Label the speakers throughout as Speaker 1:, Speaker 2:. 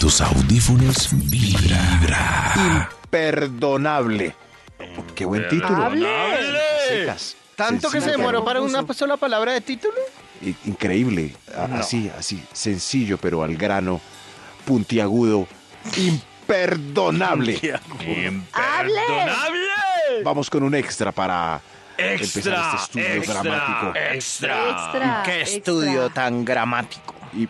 Speaker 1: tus audífonos vibra.
Speaker 2: Imperdonable.
Speaker 3: Mm,
Speaker 2: Qué buen título. Secas.
Speaker 4: ¿Tanto que se
Speaker 2: Sencillo.
Speaker 4: demoró para una sola palabra de título?
Speaker 2: I- Increíble. A- Así, así. Sencillo, pero al grano. Puntiagudo. Imperdonable.
Speaker 3: ¡Imperdonable!
Speaker 2: Vamos con un extra para
Speaker 3: Extra,
Speaker 2: empezar este estudio
Speaker 3: extra,
Speaker 2: dramático.
Speaker 3: extra.
Speaker 5: Extra.
Speaker 4: Mm, ¿Qué
Speaker 5: extra.
Speaker 4: estudio tan gramático?
Speaker 2: y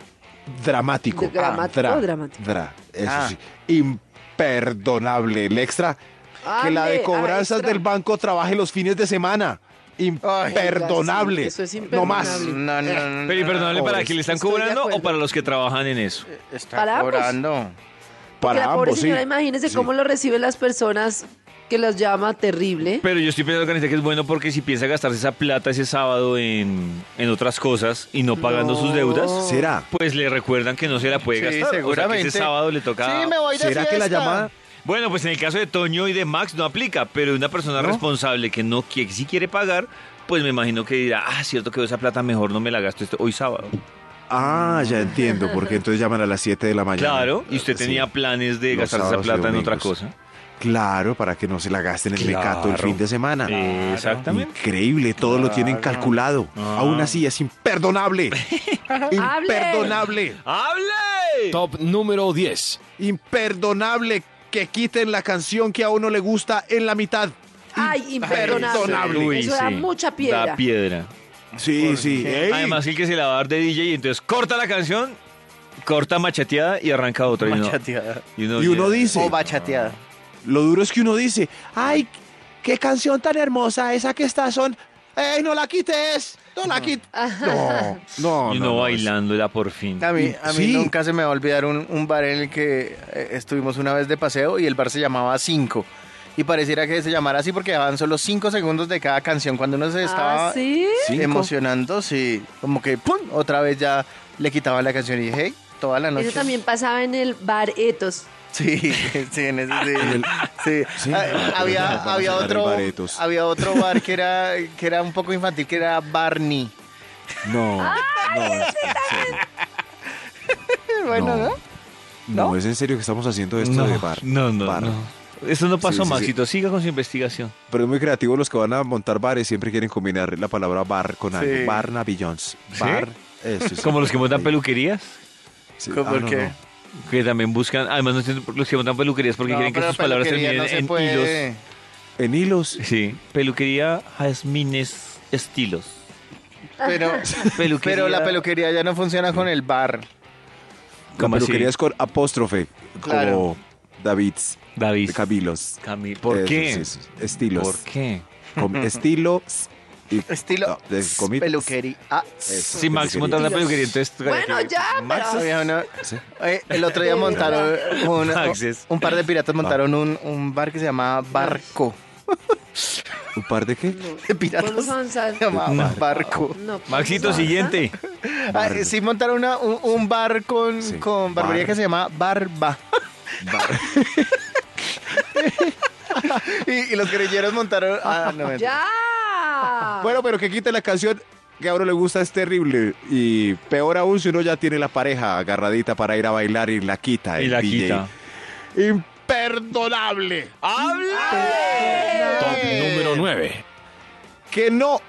Speaker 2: dramático.
Speaker 5: De- dramático,
Speaker 2: dra-
Speaker 5: dramático.
Speaker 2: dra- eso
Speaker 4: Ah.
Speaker 2: sí. Imperdonable. El extra. que la
Speaker 5: Ale,
Speaker 2: de
Speaker 5: ah,
Speaker 2: cobranzas
Speaker 5: extra.
Speaker 2: del banco trabaje los fines de semana. Imperdonable.
Speaker 5: Oiga, sí, eso es
Speaker 2: no más.
Speaker 5: imperdonable.
Speaker 4: No, no, no.
Speaker 3: Pero imperdonable para
Speaker 2: Pobres.
Speaker 3: quien le están
Speaker 5: Estoy de
Speaker 3: cobrando o
Speaker 5: acuerdo.
Speaker 3: para los que trabajan en eso.
Speaker 4: Está
Speaker 5: Para ambos.
Speaker 4: cobrando.
Speaker 5: Porque
Speaker 2: Para
Speaker 5: la pobre
Speaker 2: ambos, sí.
Speaker 5: señora, imagínese
Speaker 2: Sí.
Speaker 5: cómo lo reciben las personas que las llama terrible.
Speaker 3: Pero yo estoy pensando que dice que es bueno porque si piensa gastarse esa plata ese sábado en, en otras cosas y no pagando
Speaker 5: No.
Speaker 3: sus deudas,
Speaker 2: ¿Será?
Speaker 3: pues le recuerdan que no se la puede
Speaker 4: Sí,
Speaker 3: gastar. O sea, que
Speaker 4: seguramente.
Speaker 3: ese sábado le toca.
Speaker 4: Sí, me voy de
Speaker 2: ¿Será que la
Speaker 4: fiesta.
Speaker 2: llamada?
Speaker 3: Bueno, pues en el caso de Toño y de Max no aplica, pero una persona
Speaker 2: ¿No?
Speaker 3: responsable que no que sí quiere pagar, pues me imagino que dirá, ah, cierto que esa plata mejor no me la gasto este- hoy sábado.
Speaker 2: Ah, ya entiendo, porque entonces llaman a las 7 de la mañana.
Speaker 3: Claro, y usted
Speaker 2: Sí.
Speaker 3: tenía planes de
Speaker 2: Los
Speaker 3: gastar esa
Speaker 2: sábados y
Speaker 3: plata en otra
Speaker 2: domingos.
Speaker 3: cosa.
Speaker 2: Claro, para que no se la gasten en el mecato el
Speaker 3: Claro.
Speaker 2: fin de semana.
Speaker 3: Eh, Exactamente.
Speaker 2: Increíble, todo lo tienen calculado.
Speaker 3: Ah.
Speaker 2: Aún así es imperdonable. imperdonable.
Speaker 3: ¡Hable!
Speaker 1: Top número 10.
Speaker 2: Imperdonable que quiten la canción que a uno le gusta en la mitad.
Speaker 5: Ay, imperdonable.
Speaker 2: Imperdonable.
Speaker 3: Uy,
Speaker 5: Eso da
Speaker 3: sí.
Speaker 5: mucha piedra.
Speaker 3: Da piedra.
Speaker 2: Sí, sí. ey.
Speaker 3: Además, el que se la va a dar de DJ, entonces corta la canción, corta machateada y arranca otra. y uno-
Speaker 4: Bachateada.
Speaker 3: Y uno,
Speaker 2: Y uno dice, Oh,
Speaker 4: O Oh, bachateada.
Speaker 2: lo duro es que uno dice, ay, qué canción tan hermosa esa que está son. ¡Ey, no la quites! ¡No la quites! No, no,
Speaker 3: Y
Speaker 2: no,
Speaker 3: uno
Speaker 2: no, es-
Speaker 3: bailando la por fin.
Speaker 4: A mí, a mí
Speaker 2: Sí.
Speaker 4: nunca se me va a olvidar un, un bar en el que eh, estuvimos una vez de paseo y el bar se llamaba Cinco. Y pareciera que se llamara así porque daban solo cinco segundos de cada canción. Cuando uno se estaba
Speaker 5: ¿Ah, sí?
Speaker 2: Cinco.
Speaker 4: emocionando, sí, como que ¡pum! Otra vez ya le quitaban la canción y dije, hey, toda la noche.
Speaker 5: Eso también pasaba en el bar Etos.
Speaker 4: Sí, sí, en ese sí. Sí.
Speaker 2: Sí.
Speaker 4: Ah,
Speaker 2: Ya,
Speaker 4: había,
Speaker 2: vamos
Speaker 4: había
Speaker 2: a dar
Speaker 4: otro,
Speaker 2: baretos.
Speaker 4: había otro bar que era, que era un poco infantil, que era Barney.
Speaker 2: No, no, es
Speaker 4: Bueno,
Speaker 2: No.
Speaker 4: ¿no?
Speaker 2: no, es en serio que estamos haciendo esto
Speaker 3: no,
Speaker 2: de bar.
Speaker 3: no, no,
Speaker 2: bar.
Speaker 3: no. Eso no
Speaker 2: Sí,
Speaker 3: pasó,
Speaker 2: sí, sí.
Speaker 3: Maxito. Siga con su investigación.
Speaker 2: Pero es muy creativo los que van a montar bares siempre quieren combinar la palabra bar con algo.
Speaker 4: Sí.
Speaker 2: Bar Navillones.
Speaker 3: ¿Sí?
Speaker 2: Bar. eso, sí.
Speaker 3: Como los que montan
Speaker 2: Ahí.
Speaker 3: peluquerías,
Speaker 2: Sí.
Speaker 4: ¿Cómo
Speaker 2: Ah,
Speaker 4: por
Speaker 2: no,
Speaker 4: qué?
Speaker 2: no.
Speaker 3: que también buscan. Además, no entiendo por qué los que montan peluquerías porque
Speaker 4: No,
Speaker 3: quieren que
Speaker 4: pero
Speaker 3: sus palabras
Speaker 4: peluquería
Speaker 3: terminen
Speaker 4: no se
Speaker 3: en
Speaker 4: puede.
Speaker 3: hilos.
Speaker 2: En hilos.
Speaker 3: Sí, peluquería Jazmines Estilos.
Speaker 4: Pero,
Speaker 3: Peluquería-
Speaker 4: pero la peluquería ya no funciona con el bar.
Speaker 2: La
Speaker 3: ¿Cómo así?
Speaker 2: peluquería es con apóstrofe.
Speaker 4: Claro.
Speaker 2: Como David
Speaker 3: David.
Speaker 2: Cabilos.
Speaker 3: Cami- ¿Por
Speaker 2: Eso,
Speaker 3: qué?
Speaker 2: Eh, sí, sí. Estilos.
Speaker 3: ¿Por qué?
Speaker 2: Com- estilo. y-
Speaker 4: Estilo
Speaker 2: no, es comi-
Speaker 4: peluquería. Ah,
Speaker 2: Eso,
Speaker 3: Si Max
Speaker 2: peluquería.
Speaker 3: monta una
Speaker 5: Dios.
Speaker 3: peluquería, entonces.
Speaker 5: Bueno, ya,
Speaker 3: Max,
Speaker 5: pero-
Speaker 4: había uno-
Speaker 2: Sí.
Speaker 4: eh, el otro día montaron un,
Speaker 3: Max es-
Speaker 4: un par de piratas montaron un, un bar que se llamaba Barco.
Speaker 2: ¿Un par de qué?
Speaker 4: De piratas.
Speaker 5: Vamos a avanzar.
Speaker 4: Se llamaba
Speaker 3: No.
Speaker 4: Barco.
Speaker 5: No,
Speaker 3: Maxito, siguiente.
Speaker 4: Ah, eh, sí montaron una- un, un bar con,
Speaker 2: Sí.
Speaker 4: con barbería
Speaker 2: Bar.
Speaker 4: que se llamaba Barba.
Speaker 2: Bar.
Speaker 4: y, y los guerrilleros montaron... Ah, no, mentira.
Speaker 5: ¡Ya!
Speaker 2: Bueno, pero que quite la canción que a uno le gusta es terrible. Y peor aún si uno ya tiene la pareja agarradita para ir a bailar y la quita.
Speaker 3: Y
Speaker 2: el
Speaker 3: la
Speaker 2: DJ.
Speaker 3: quita.
Speaker 2: Imperdonable.
Speaker 1: Top número 9.
Speaker 2: Que no.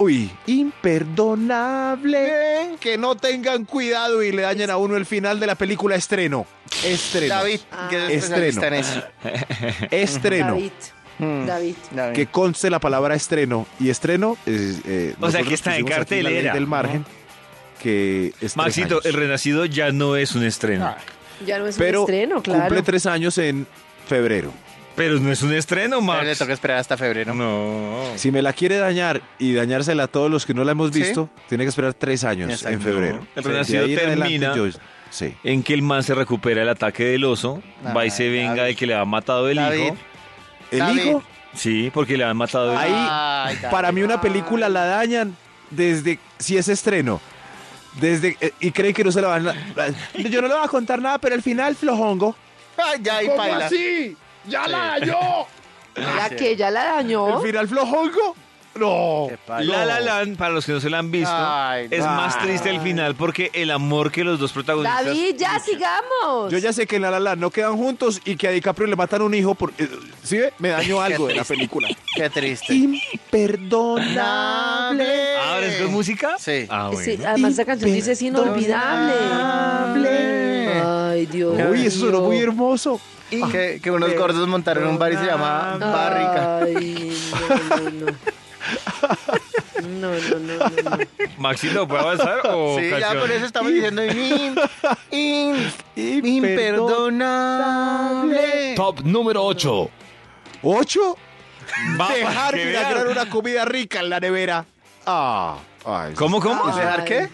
Speaker 2: Uy,
Speaker 4: ¿Eh?
Speaker 2: imperdonable. Que no tengan cuidado y le dañen a uno el final de la película estreno. Estreno.
Speaker 4: David, que es especialista en eso.
Speaker 2: Estreno.
Speaker 5: David.
Speaker 4: Mm.
Speaker 5: David.
Speaker 4: David.
Speaker 2: Que conste la palabra estreno. Y estreno es. eh,
Speaker 3: O sea,
Speaker 2: nosotros
Speaker 3: que está en
Speaker 2: pusimos aquí la ley
Speaker 3: cartelera.
Speaker 2: del margen. Que es tres
Speaker 3: Maxito,
Speaker 2: años.
Speaker 3: el renacido ya no es un
Speaker 1: Ah.
Speaker 3: estreno.
Speaker 5: Ya no es
Speaker 2: Pero
Speaker 5: un estreno, claro.
Speaker 2: cumple tres años en febrero.
Speaker 3: Pero no es un estreno, Max.
Speaker 4: Le toca esperar hasta febrero.
Speaker 3: No.
Speaker 2: Si me la quiere dañar y dañársela a todos los que no la hemos
Speaker 4: Sí.
Speaker 2: visto, tiene que esperar tres años
Speaker 4: Exacto.
Speaker 2: en febrero.
Speaker 3: El
Speaker 2: De
Speaker 3: renacido
Speaker 2: ahí en adelante
Speaker 3: termina.
Speaker 2: yo- sí.
Speaker 3: En que el man se recupera el ataque del oso,
Speaker 4: Ah,
Speaker 3: va y se venga
Speaker 4: David.
Speaker 3: del que le ha matado el
Speaker 4: David.
Speaker 3: hijo.
Speaker 2: El
Speaker 4: David.
Speaker 2: hijo,
Speaker 3: Sí, porque le han matado el
Speaker 2: Ahí,
Speaker 4: Ay, David.
Speaker 2: para mí una película la dañan desde, si es estreno, desde, eh, y creen que no se la van a... Yo no le voy a contar nada, pero el final flojongo.
Speaker 4: Ay, ya, y paila.
Speaker 2: así? ¡Ya la dañó!
Speaker 5: La que ya la dañó.
Speaker 2: El final flojongo. No.
Speaker 4: Qué pa- Ay,
Speaker 3: La
Speaker 4: no.
Speaker 3: La Land, para los que no se la han visto,
Speaker 4: Ay,
Speaker 3: es
Speaker 4: no.
Speaker 3: más triste el final porque el amor que los dos protagonistas...
Speaker 5: David, ya sigamos.
Speaker 2: Yo ya sé que en la la Land no quedan juntos y que a DiCaprio le matan un hijo por. eh, ¿Sí ve? Me dañó algo de la película.
Speaker 4: Qué triste.
Speaker 2: Imperdonable.
Speaker 3: ¿Ahora es con música?
Speaker 4: Sí.
Speaker 3: Ah, bueno.
Speaker 5: Sí, además, esa canción dice es inolvidable.
Speaker 4: Inolvidable.
Speaker 5: Ay, Dios.
Speaker 2: Uy, eso
Speaker 5: mío.
Speaker 2: sonó muy hermoso.
Speaker 4: Que, que unos gordos montaron un bar y se llamaba Barrica.
Speaker 5: Ay, no, no, no. No, no, no, no.
Speaker 3: Maxito, ¿puedo avanzar o
Speaker 4: Sí, ya
Speaker 3: canción?
Speaker 4: por eso estamos diciendo in- in- imperdonable.
Speaker 1: Top número 8.
Speaker 2: ¿Ocho?
Speaker 3: Va, Ah, para
Speaker 2: Dejar
Speaker 3: que
Speaker 2: de
Speaker 3: vean.
Speaker 2: vinagrar una comida rica en la nevera. Ah. ay,
Speaker 3: ¿Cómo, cómo?
Speaker 5: Ah.
Speaker 4: ¿Dejar qué?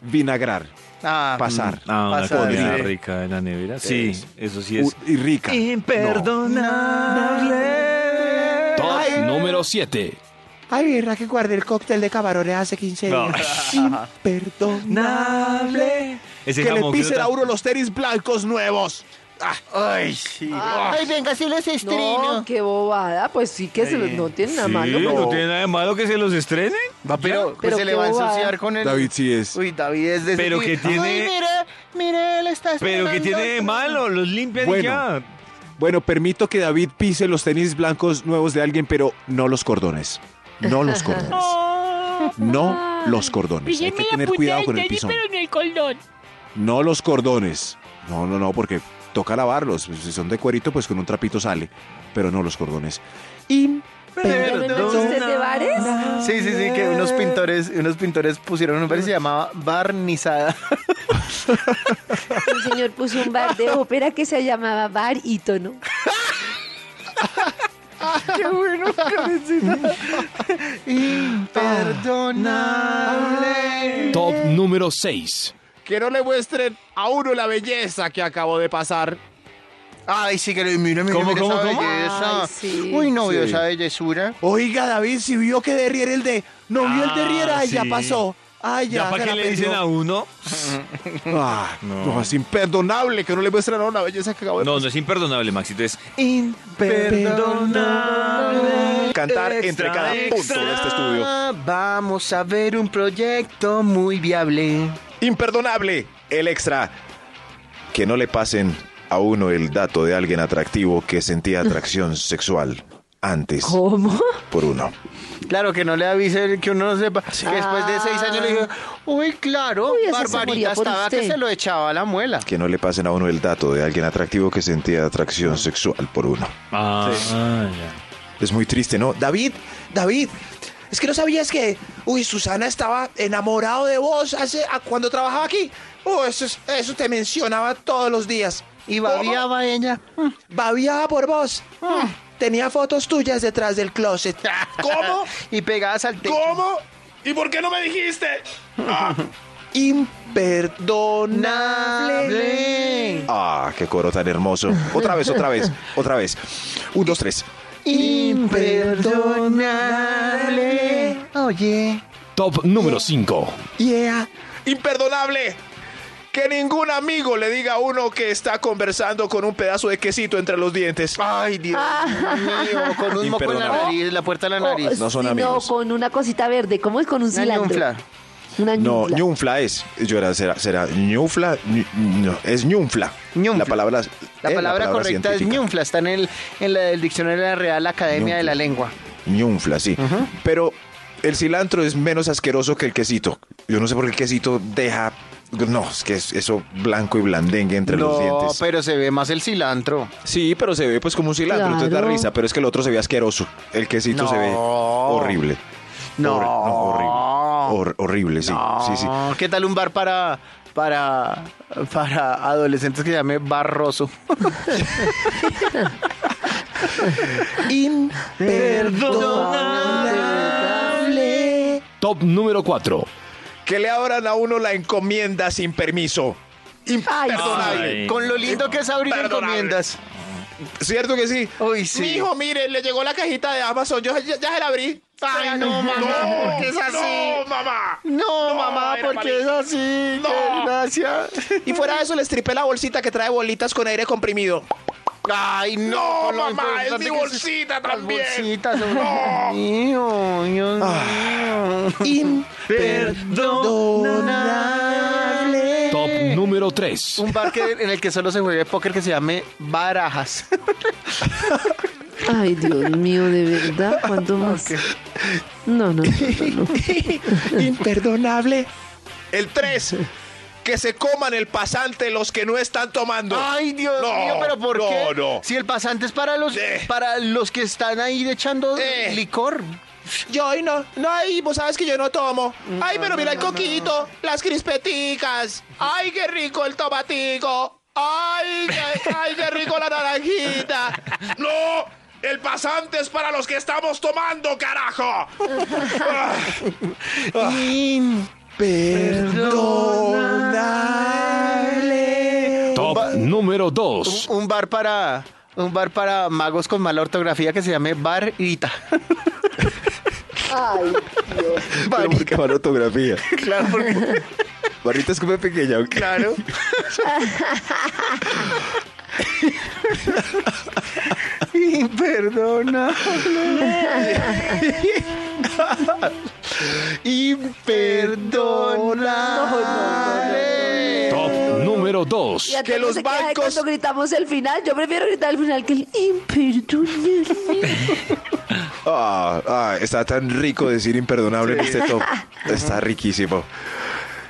Speaker 2: Vinagrar.
Speaker 4: Ah,
Speaker 2: Pasar.
Speaker 3: Ah, una
Speaker 4: Pasar,
Speaker 3: comida
Speaker 4: sí.
Speaker 3: rica en la nevera. Sí, eso sí es.
Speaker 2: U- Y rica.
Speaker 3: Imperdonable.
Speaker 1: Top número 7.
Speaker 2: Ay, verdad que guardé el cóctel de camarones hace 15
Speaker 3: No.
Speaker 2: Imperdonable.
Speaker 3: Ese
Speaker 2: que le
Speaker 3: jamón
Speaker 2: pise
Speaker 3: no
Speaker 2: a
Speaker 3: tan-
Speaker 2: uno los tenis blancos nuevos. Ah,
Speaker 4: Ay, sí.
Speaker 5: Ay.
Speaker 4: Ay, venga, sí les
Speaker 5: No, qué bobada. Pues sí que se los, no tienen nada
Speaker 3: Sí,
Speaker 5: malo. pero-
Speaker 3: no tiene nada de malo que se los estrenen.
Speaker 4: Va, pero, pues
Speaker 5: Pero
Speaker 4: se le
Speaker 5: qué
Speaker 4: va a
Speaker 5: bobada.
Speaker 4: ensuciar con el.
Speaker 2: David sí es.
Speaker 4: Uy, David es de ese
Speaker 3: Pero que tiene-
Speaker 4: Ay, mira, mira, él está
Speaker 3: Pero que
Speaker 4: estrenando
Speaker 3: tiene de
Speaker 4: otro.
Speaker 3: malo, los limpian y
Speaker 2: Bueno.
Speaker 3: ya.
Speaker 2: Bueno, permito que David pise los tenis blancos nuevos de alguien, pero no los cordones. No los cordones.
Speaker 6: Oh,
Speaker 2: No los
Speaker 6: Pues
Speaker 2: cordones. Hay que tener cuidado con el pisón. No los cordones. No, no, no, porque toca lavarlos. Si son de cuerito, pues con un trapito sale. Pero no los cordones.
Speaker 5: ¿Pero no
Speaker 3: Perdona.
Speaker 5: chistes de bares?
Speaker 4: Sí, sí, sí, que unos pintores, unos pintores pusieron un bar y se llamaba barnizada.
Speaker 5: Un señor puso un bar de ópera que se llamaba Bar y Tono.
Speaker 4: Qué bueno, Imperdonable.
Speaker 1: Top número 6.
Speaker 2: Que no le muestren a uno la belleza que acabo de pasar.
Speaker 4: Ah, Ay, sí que lo mira, mira,
Speaker 3: ¿Cómo,
Speaker 4: mira
Speaker 3: cómo,
Speaker 4: esa
Speaker 3: cómo?
Speaker 4: belleza.
Speaker 5: Ay, sí.
Speaker 4: Uy, no vio
Speaker 2: Sí.
Speaker 4: esa bellezura.
Speaker 2: Oiga, David, si vio que derriera el de. No vio el
Speaker 3: Ah,
Speaker 2: de Riera, ay, ya
Speaker 3: sí.
Speaker 2: pasó. Ay, ya,
Speaker 3: ¿Ya
Speaker 2: se
Speaker 3: para qué
Speaker 2: la
Speaker 3: le
Speaker 2: perdió.
Speaker 3: dicen a uno?
Speaker 2: Ah,
Speaker 3: No.
Speaker 2: no. es imperdonable que no le muestren a uno la belleza que acabo de
Speaker 3: No, no es imperdonable, Maxito. Es
Speaker 2: Imperdonable. Cantar
Speaker 3: Extra,
Speaker 2: entre cada punto de este estudio.
Speaker 4: Ah, Vamos a ver un proyecto muy viable.
Speaker 2: Imperdonable, el extra. Que no le pasen a uno el dato de alguien atractivo que sentía atracción sexual antes
Speaker 5: ¿Cómo?
Speaker 2: por uno.
Speaker 4: Claro, que no le avise, que uno no sepa. Que después de seis años le dijo, uy, claro,
Speaker 5: Uy, esa se
Speaker 4: Barbarita
Speaker 5: moría por
Speaker 4: estaba que
Speaker 5: usted.
Speaker 4: se lo echaba a la muela.
Speaker 2: Que no le pasen a uno el dato de alguien atractivo que sentía atracción sexual por uno.
Speaker 3: Ah,
Speaker 2: Es muy triste, ¿no? David, David, es que no sabías que, uy, Susana estaba enamorado de vos hace a- cuando trabajaba aquí. Oh, eso, es- eso te mencionaba todos los días.
Speaker 4: Y babiaba ella.
Speaker 2: Babiaba por vos. Tenía fotos tuyas detrás del closet. ¿Cómo?
Speaker 4: Y pegadas al techo.
Speaker 2: ¿Cómo? ¿Y por qué no me dijiste? Ah. Imperdonable.
Speaker 4: Imperdonable.
Speaker 2: Ah, qué coro tan hermoso. Otra vez, otra vez, otra vez. Un, dos, tres.
Speaker 4: Imperdonable. Oye.
Speaker 1: Top número 5.
Speaker 4: Yeah.
Speaker 2: Imperdonable. Que ningún amigo le diga a uno que está conversando con un pedazo de quesito entre los dientes.
Speaker 4: Ay, Dios mío. Con un moco en la
Speaker 2: Imperdonable. Oh,
Speaker 4: nariz, la puerta de la
Speaker 5: O,
Speaker 4: nariz.
Speaker 2: No son
Speaker 5: si
Speaker 2: amigos.
Speaker 5: No, con una cosita verde. ¿Cómo es con un
Speaker 4: Una
Speaker 5: cilantro?
Speaker 4: ñunfla.
Speaker 5: Una
Speaker 2: No,
Speaker 5: ñunfla.
Speaker 2: ñunfla es. Yo era, será, será ñufla. ñu- no, es ñunfla.
Speaker 4: Ñunfla.
Speaker 2: La palabra, eh,
Speaker 4: La palabra correcta
Speaker 2: científica.
Speaker 4: es ñunfla. Está en el, en la, el diccionario de la Real Academia de la
Speaker 2: Ñunfla.
Speaker 4: Lengua.
Speaker 2: ñunfla, sí.
Speaker 4: Ujú.
Speaker 2: Pero el cilantro es menos asqueroso que el quesito. Yo no sé por qué el quesito deja. No, es que es eso blanco y blandengue entre los
Speaker 4: No,
Speaker 2: dientes.
Speaker 4: pero se ve más el cilantro.
Speaker 2: Sí, pero se ve pues como un cilantro, entonces da
Speaker 5: Claro.
Speaker 2: risa. Pero es que el otro se ve asqueroso. El quesito se ve
Speaker 4: No.
Speaker 2: horrible.
Speaker 4: No.
Speaker 2: Hor- horrible. Hor- horrible, sí.
Speaker 4: No.
Speaker 2: Sí, sí.
Speaker 4: Oh, ¿Qué tal un bar para, para, para adolescentes que se llame Barroso?
Speaker 5: Imperdonable.
Speaker 1: Top número 4.
Speaker 2: Que le abran a uno la encomienda sin permiso.
Speaker 5: Ay,
Speaker 2: Imperdonable.
Speaker 3: Ay.
Speaker 4: Con lo lindo que es abrir
Speaker 2: Imperdonable.
Speaker 4: encomiendas.
Speaker 2: ¿Cierto que sí?
Speaker 4: Uy, sí.
Speaker 2: Mijo, mire, le llegó la cajita de Amazon. Yo ya, ya se la abrí.
Speaker 4: Ay, no, mamá, ¿por qué es así?
Speaker 2: No, mamá.
Speaker 4: No, mamá,
Speaker 2: era
Speaker 4: porque es así. No. Gracias.
Speaker 2: Y fuera de eso, le estripé la bolsita que trae bolitas con aire comprimido.
Speaker 4: Ay, no, lo
Speaker 6: mamá, es
Speaker 4: importante
Speaker 6: mi
Speaker 4: que es-
Speaker 6: bolsita
Speaker 4: las
Speaker 6: también.
Speaker 4: bolsitas, oh, Dios mío, Dios mío.
Speaker 2: Perdonable.
Speaker 1: Top número 3.
Speaker 4: Un bar que- en el que solo se juega póker que se llame Barajas.
Speaker 5: Ay, Dios mío, de verdad, ¿cuánto más? No, no, no, no, no.
Speaker 2: Imperdonable.
Speaker 6: El 3. Que se coman el pasante los que no están tomando.
Speaker 4: Ay, Dios
Speaker 6: No,
Speaker 4: mío, pero ¿por
Speaker 6: no,
Speaker 4: qué?
Speaker 6: no.
Speaker 4: Si el pasante es para los
Speaker 6: Eh.
Speaker 4: para los que están ahí echando
Speaker 6: Eh.
Speaker 4: licor.
Speaker 6: Yo hoy no. No, ay, vos sabes que yo no tomo. Ay, pero mira el coquito, las crispeticas. Ay, qué rico el tomatico. Ay, qué, ay, qué rico la naranjita. ¡No! El pasante es para los que estamos tomando, carajo.
Speaker 2: Imperdonable.
Speaker 1: Top número 2.
Speaker 4: Un bar para un bar para magos con mala ortografía que se llame Barita.
Speaker 5: Ay, Dios.
Speaker 2: Pero ¿por qué mala ortografía?
Speaker 4: Claro, porque-
Speaker 2: Barrita es como pequeña, ¿ok?
Speaker 4: claro. Y perdona. Imperdonable.
Speaker 1: Top número 2.
Speaker 5: Ya
Speaker 6: Que los
Speaker 5: se queda de
Speaker 6: bancos-
Speaker 5: Cuando gritamos el final, yo prefiero gritar el final que el imperdonable.
Speaker 2: Ah, ah, está tan rico decir imperdonable en este top. Está riquísimo.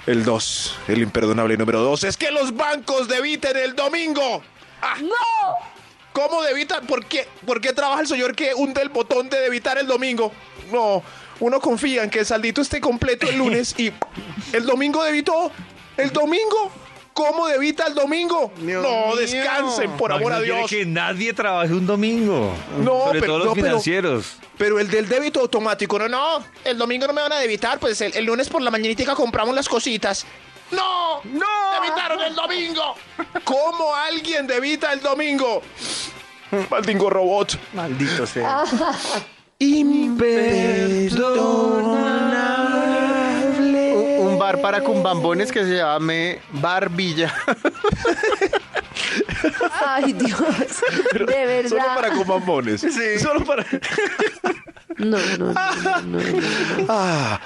Speaker 2: El 2, el imperdonable número 2 es
Speaker 6: Es que los bancos debiten el domingo. Ah,
Speaker 5: ¡No!
Speaker 6: ¿Cómo debitan? ¿Por qué, ¿Por qué trabaja el señor que hunde el botón de debitar el domingo? No, uno confía en que el saldito esté completo el lunes y el domingo debitó. ¿El domingo? ¿Cómo debita el domingo?
Speaker 4: Dios
Speaker 6: no,
Speaker 4: mío.
Speaker 6: descansen, por amor a Dios.
Speaker 3: que nadie trabaje un domingo.
Speaker 6: No,
Speaker 3: Sobre
Speaker 6: pero-
Speaker 3: todo los
Speaker 6: no, pero-
Speaker 3: financieros.
Speaker 6: Pero el del débito automático, no, no. El domingo no me van a debitar, pues el, el lunes por la mañanitica compramos las cositas. ¡No! ¡No! ¡Debitaron el domingo! ¿Cómo alguien debita el domingo? Maldingo robot.
Speaker 4: Maldito sea. Un, un bar para cumbambones que se llame Bar Villa.
Speaker 5: Ay, Dios. De verdad.
Speaker 2: solo para con mamones. Solo para.
Speaker 5: No, no, no, no, no, no.
Speaker 2: Ah,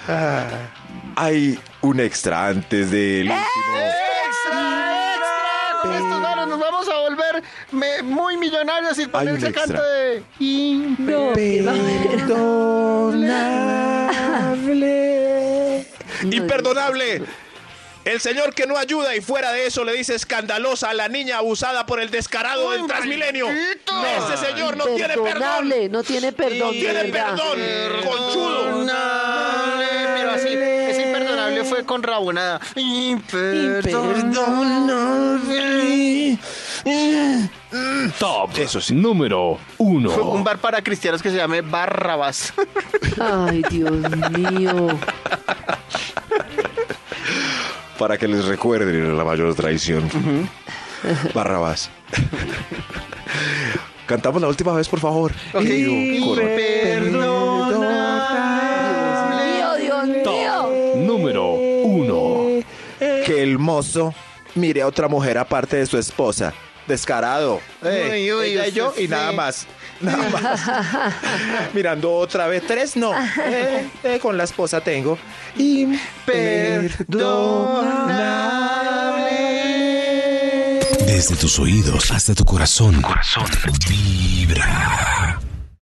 Speaker 2: hay un extra antes del último.
Speaker 4: ¡Extra! ¡Extra! Con esto, Naro, nos vamos a volver me- muy millonarios y
Speaker 2: Hay
Speaker 4: poner
Speaker 2: un
Speaker 4: ese
Speaker 2: extra.
Speaker 4: canto de...
Speaker 5: No, que va a haber- no,
Speaker 6: Imperdonable. El señor que no ayuda y fuera de eso le dice escandalosa a la niña abusada por el descarado del Transmilenio.
Speaker 4: maldito!
Speaker 6: Ese señor no tiene perdón.
Speaker 5: Imperdonable, no tiene perdón. de
Speaker 6: Tiene
Speaker 5: verdad.
Speaker 6: perdón, conchudo.
Speaker 4: Imperdonable, Pero así, ese imperdonable fue con rabonada.
Speaker 5: Imperdonable.
Speaker 1: Top número 1.
Speaker 4: Fue Un bar para cristianos que se llame Barrabas.
Speaker 5: Ay, Dios mío.
Speaker 2: Para que les recuerden la mayor traición. Barrabás. Cantamos la última vez, por favor. Digo, coro.
Speaker 5: Dios mío, Dios mío.
Speaker 1: Número 1.
Speaker 4: pues.
Speaker 2: Que el mozo mire a otra mujer aparte de su esposa. Descarado.
Speaker 4: Uy, uy,
Speaker 2: ella y yo
Speaker 4: usted
Speaker 2: y nada
Speaker 4: sí.
Speaker 2: más. Nada más. Mirando otra vez. Tres no. Eh, eh, con la esposa tengo. Y
Speaker 7: Desde tus oídos hasta tu corazón. Corazón. Vibra.